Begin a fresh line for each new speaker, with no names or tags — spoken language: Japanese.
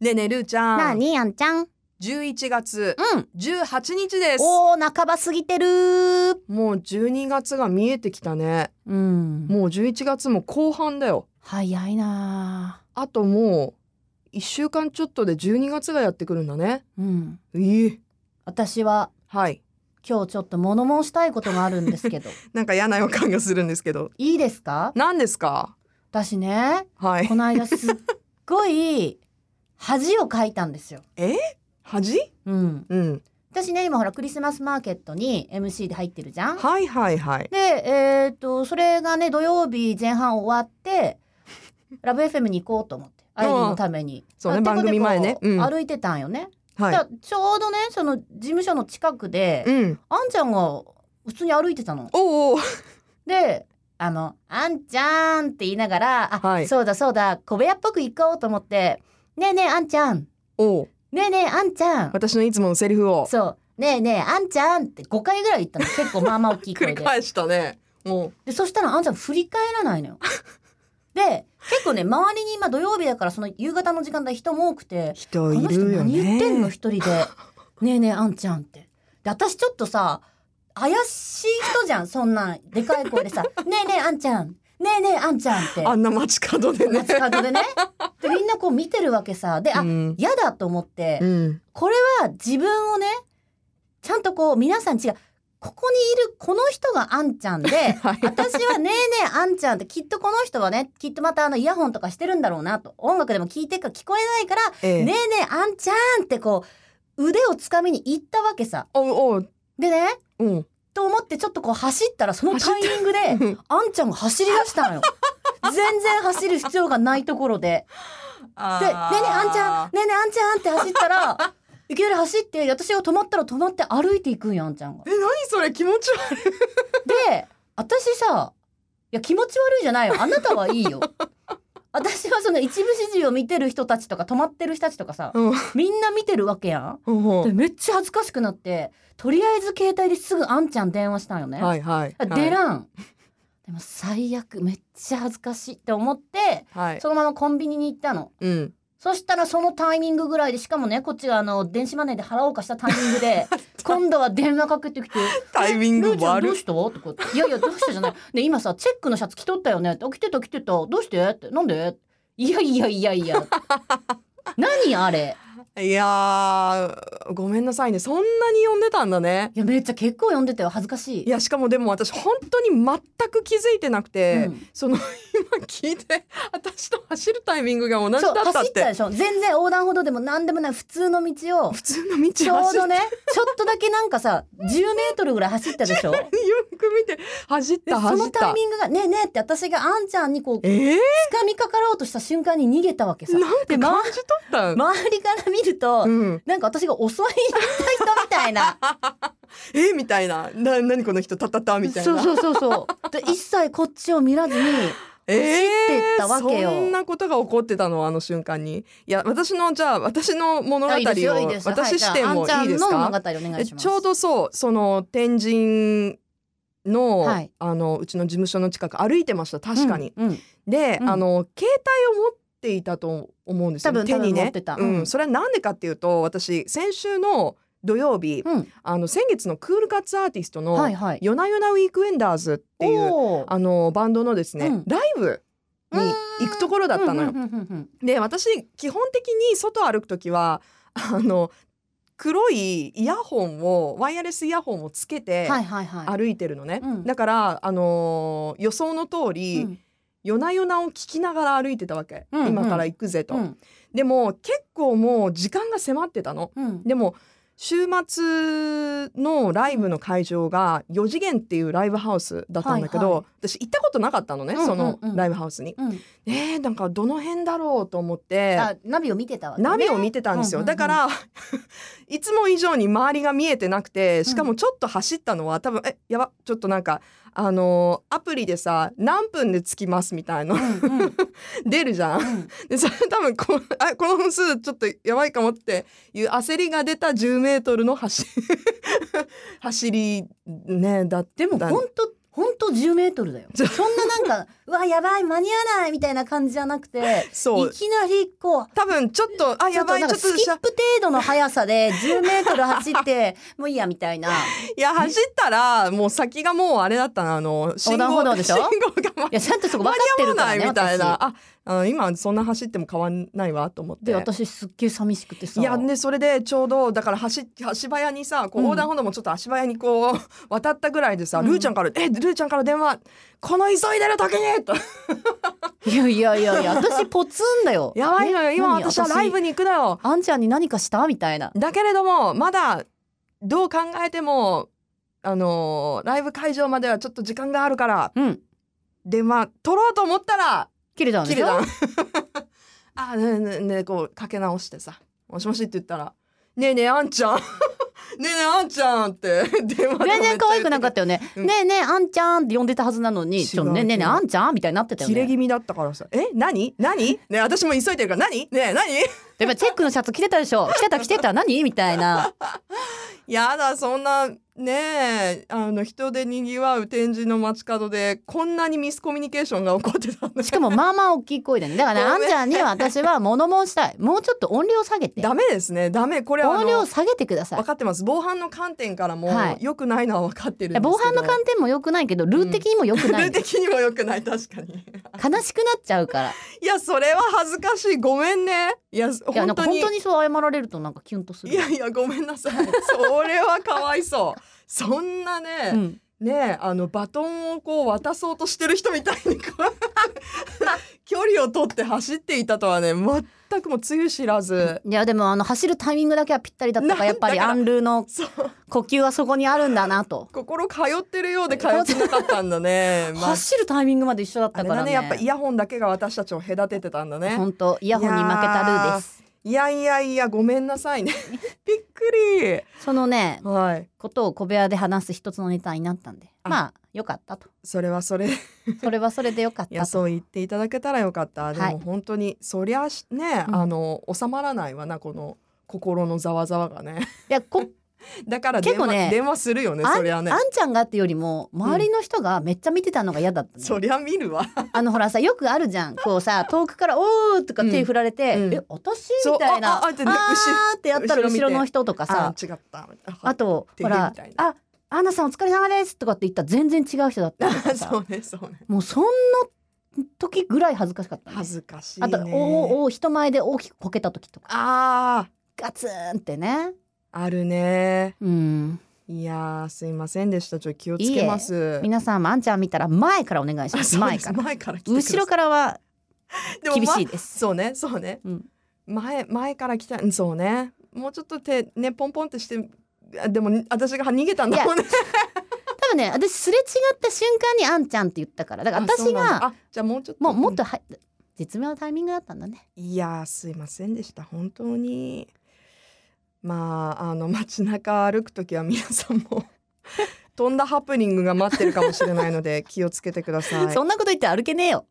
ねえねえルーちゃん
なあにあんちゃん。
11月
うん。
18日です
おお、半ば過ぎてるー。
もう12月が見えてきたね
うん。
もう11月も後半だよ
早いな
あともう1週間ちょっとで12月がやってくるんだね
ー。うん。
いい
私は
はい
今日ちょっと物申したいことがあるんで すけど。
なんか嫌な予感がするんですけど
いいですか
何ですか
私ね、
はい
この間すっごい恥をかいたんですよ。
恥
うん。
うん
私ね、今ほらクリスマスマーケットに MC で入ってるじゃん。
はいはいはい
で、えっと、それがね、土曜日前半終わ って、ラブ FM に行こうと思って、アイリーのために。
そうね
あテコテコ
番組前ねうん
歩いてたんよね。
はい
だからちょうどね、その事務所の近くで、
うん
あんちゃんが普通に歩いてたの。
おうおう
で、あの、あんちゃんって言いながら、あ、
はい
そうだそうだ、小部屋っぽく行こうと思って、ねえねえあんちゃん、
おう
ねえねえあんちゃん、
私のいつものセリフを
そう、ねえねえあんちゃんって5回ぐらい言ったの。結構まあまあ大きい
繰
声
り
で。
返したねも
でそしたらあんちゃん振り返らないのよ。で結構ね周りに今土曜日だからその夕方の時間帯人も多く
う
て「
人
こ
い
の人
るよ
何言ってんの
ね
一 人で「ねえねえあんちゃん」って。で私ちょっとさ怪しい人じゃんそんなんでかい声でさ 「ねえねえあんちゃん」「ねえねえあんちゃん」って
あんな街角でね
街角で ね。でみんなこう見てるわけさであ
うん
嫌、だと思って、
うん
これは自分をねちゃんとこう皆さん違うここにいるこの人があんちゃんで
はい
私はねえねえあんちゃんってきっとこの人はねきっとまたあのイヤホンとかしてるんだろうなと音楽でも聞いてるから聞こえないから、
ええ
ねえねえあんちゃんってこう腕をつかみに行ったわけさ
おうおう
でね
うん
と思ってちょっとこう走ったらそのタイミング で
うん
あんちゃんが走り出したのよ全然走る必要がないところでで「ねえねえあんちゃんねえねえあんちゃん」って走った らいきなり走って私が止まったら止まって歩いていくんよあんちゃんが。
え、何それ気持ち悪い。
で私さいや気持ち悪いじゃないよあなたはい いよ。私はその一部始終を見てる人たちとか止まってる人たちとかさみんな見てるわけやん。でめっちゃ恥ずかしくなってとりあえず携帯ですぐあんちゃん電話したんよね。
はいはい。
あ出らん、でも最悪めっちゃ恥ずかしいって思って
はい。
そのままコンビニに行ったの。
うん。
そしたらそのタイミングぐらいでしかもねこっちがあの電子マネーで払おうかしたタイミ ングで今度は電話かけてきて「
タイミング
ルーちゃんど
悪
う
い。
した?」とかって「いやいやどうした?」じゃない「で今さチェックのシャツ着とったよね」って「あ着てた着てたどうして?」って「なんで?」いやいやいやいや何あれ
いやー、ごめんなさいね。そんなに呼んでたんだね。
いやめっちゃ結構読んでたよ恥ずかしい
いや、しかもでも私本当に全く気づいてなくて、
うん
その今聞いて、私と走るタイミングが同じだ
そ
っ
う
たっ
走ったで
て。
しょ全然横断歩道でも何でもない普通の道を
普通の
ち
道
ょ う
走
ど
る。
ねちょっとだけなんかさ10メートルぐらい走ったで しょ
よく見て、走っ
で
た、
そ
走
の
っ
タイ
た。
ミングが「ねえねえ」って私があんちゃんにこう
え
掴みかかろうとした瞬間に逃げたわけ
ー、
さ
なん
で
か
ま
感じ取った。
周りから見ると、
うん、
なんか私が襲いに行った人みたいな
えーみたいなな何この人たたた みたいな
そうそうそうそうで一切こっちを見ら ずに
え
走ってったわけよ
そんなことが起こってたのあの瞬間にいや私のじゃあ私の物語を
あいいですよいいですよ
私視点も
はい
い
じ
です
ゃああん
か
ちゃんの物語お願
え
いします
ちょうどそうその天神の,、
はい
あのうちの事務所の近く歩いてました確かに、
うんうん
で、
うん
あの携帯を持っていたと思うんですよ
多分
手に
多分持
ね
ってた
う
うん
ん、それはなんでかっていうと私先週の土曜日、
うん
あの先月のクールカッツアーティストの、
はいはい
夜な夜なウィークエンダーズっていう
おー
あのバンドのですね、
うん
ライブに行くところだったのよ。
うんうんうんうん
で私基本的に外歩く時はあの黒いイヤホンをワイヤレスイヤホンをつけ
う
て
んはいはいはい
歩いてるのね、
うん
だから、あのー予想の通り、
うん
夜な夜なを聞きながら歩いてたわけ、
うんうん
今から行くぜと、
うん
でも結構もう時間が迫ってたの。
うん
でも週末のライブの会場が4次元っていうライブハウスだったんだけど、
はい
私行ったことなかったのね、
うんうんうん
そのライブハウスに。
うん
えー、なんかどの辺だろうと思って
あナビを見てたわけね
ナビを見てたんですよ、
うんうんうん
だから いつも以上に周りが見えてなくてしかもちょっと走ったのは多分えやばちょっとなんかあのーアプリでさ何分で着きますみたいな
うんうん うん
出るじゃん。でそれ多分こうあこの分数ちょっとやばいかもっていう焦りが出た1 0ルの走走りねだっ
でも
だ
本当ほんと10メートルだよ。そんななんか、 うわ、やばい、間に合わないみたいな感じじゃなくて、
そう
いきなりこう、
多分ちょっとあ
ちょ
や
っと
ばい
なん
ち
か
ょっ
ス
と
キ
し
ッ
ゃ
プ程度の速さで10メートル走って、 もういいやみたいな。い
いや走ったらもう先がもうあれだったなあの信号
横断歩道でしょ
信号がま
や、ちゃんとそこ
間
分
に
かって
合わ
るか
な
ら
い
ね、
みたい
私。
なああの今そんな走っても変わんないわと思って
で、私すっげえ寂しくてさ。
いやねそれでちょうどだから足足早にさこう
うん
横断歩道もちょっと足早にこう渡ったぐらいでさ、
うん
ルーちゃんから「えルーちゃんから電話この急いでる時に!」と
いやいやいやいや、私ポツンだ よ
「。やばいのよ
ね
今
何
私はライブに行くのよ
あんちゃんに何かしたみたいな」。
だけれどもまだどう考えてもあのーライブ会場まではちょっと時間があるから
うん。
電話取ろうと思ったら
切れたんで
切
し
れた
ょ
あねねねこうかけ直してさ「もしもし」って言ったら「ねえねえあんちゃん ねえねえあんちゃん」って電話で
全然可愛くなかったよね。
うん
ねえねえ、あんちゃんって呼んでたはずなの
違
に、
う
ちょっとねえねえねえ、
違う
あんちゃんみたいになってたよ
切れ
ね。
気味だったからさ「え何何 ね私も急いでるから何ね何
でもチェックのシャツ着てたでしょ着てた着てた何みたいな。
やだそんなねえあの人でにぎわう展示の街角でこんなにミスコミュニケーションが起こってたんだ
しかもまあまあ大きい声でね。だからあ
ご
ん
めん
ちゃんには私は物申したい。もうちょっと音量下げて。
ダメですねダメこれはあ
音量
の
下げてください
分。かってます防犯の観点からも
はい
良くないのは分かってるん
い
で
や
すけど
防犯の観点も良くないけど、ルー的にも良くない
ルー。的にも良くない確か に
悲しくなっちゃうから。
いやそれは恥ずかしいごめんねいや
いや、な
本
ん
当
か本
に
当にそう謝られるとなんかキュンとする。
いやいやごめんなさいそれはかわいそうそんなね、
うん。
ねえあのバトンをこう渡そうとしてる人みたいにこう 距離を取って走っていたとはね全くもうつゆ知らず
いやでもあの走るタイミングだけはぴったりだったか
な
らやっぱり
だから
アンルーの
そう
呼吸はそこにあるんだなと
心通ってるようで通ってなかったんだ ねまあ
走るタイミングまで一緒だっ
あ
た
れ
から
だ
ね
ねやっぱイヤホンだけが私たちを隔ててたんだね
本当イヤホンに負けたルーです
いやいやいやごめんな さいねびっくり
そのね
はい
ことを小部屋で話す一つのネタになったんで
あ
まあよかったと
それはそ れ
それはそれでよかっ
いや
たと
そう言っていただけたらよかったで
はい
も本当にそりゃしね、
うん
あの収まらないわなこの心のざわざわがね
いやこ
だから電
結
話,、
構ね
電話するよね
あ
そ
ん
りゃね
あんちゃんがってよりも周りの人がめっちゃ見てたのが嫌だったね
そりゃ見るわ
あのほらさよくあるじゃんこうさ遠くから「おー」とか手振られて「
うんうん
え私?」
そう
みたい
あ
な
あ
「
あ
あ
っ
ー
てね後ろ
ってやったら
後ろ見
後
て
ろの人とかさ
あ違った
あと
手振
ほ
り
ら
みたい
「あアンナさんお疲れ様です」とかって言ったら全然違う人だったりとか
そ
さ
うねそうね
もうそんな時ぐらい恥ずかしかったね
恥ずかしいね
あと「おーおー人前で大きくこけた時とか
あ
ガツンって
ー
ね
あるね
うん
いやーすいませんでしたちょっと気をつけます
皆さんもあんちゃん見たら前からお願いし
あ
ます
そう
前
です
から
前から来てください
後ろからは
でも
厳
ま
しいです
そうねそうね、
うん
前前から来たうんそうねもうちょっと手ねポンポンってしてあでも私が逃げたんだもんね
多分ね私すれ違った瞬間にあんちゃんって言ったからだから
あそう
私
なんだ
が
あじゃあもうちょっと
もうもっとは絶妙なタイミングだったんだね
いやーすいませんでした本当にまああの街中歩くときは皆さん も飛んだハプニングが待ってるかもしれないので気をつけてください。
そんなこと言って歩けねえよ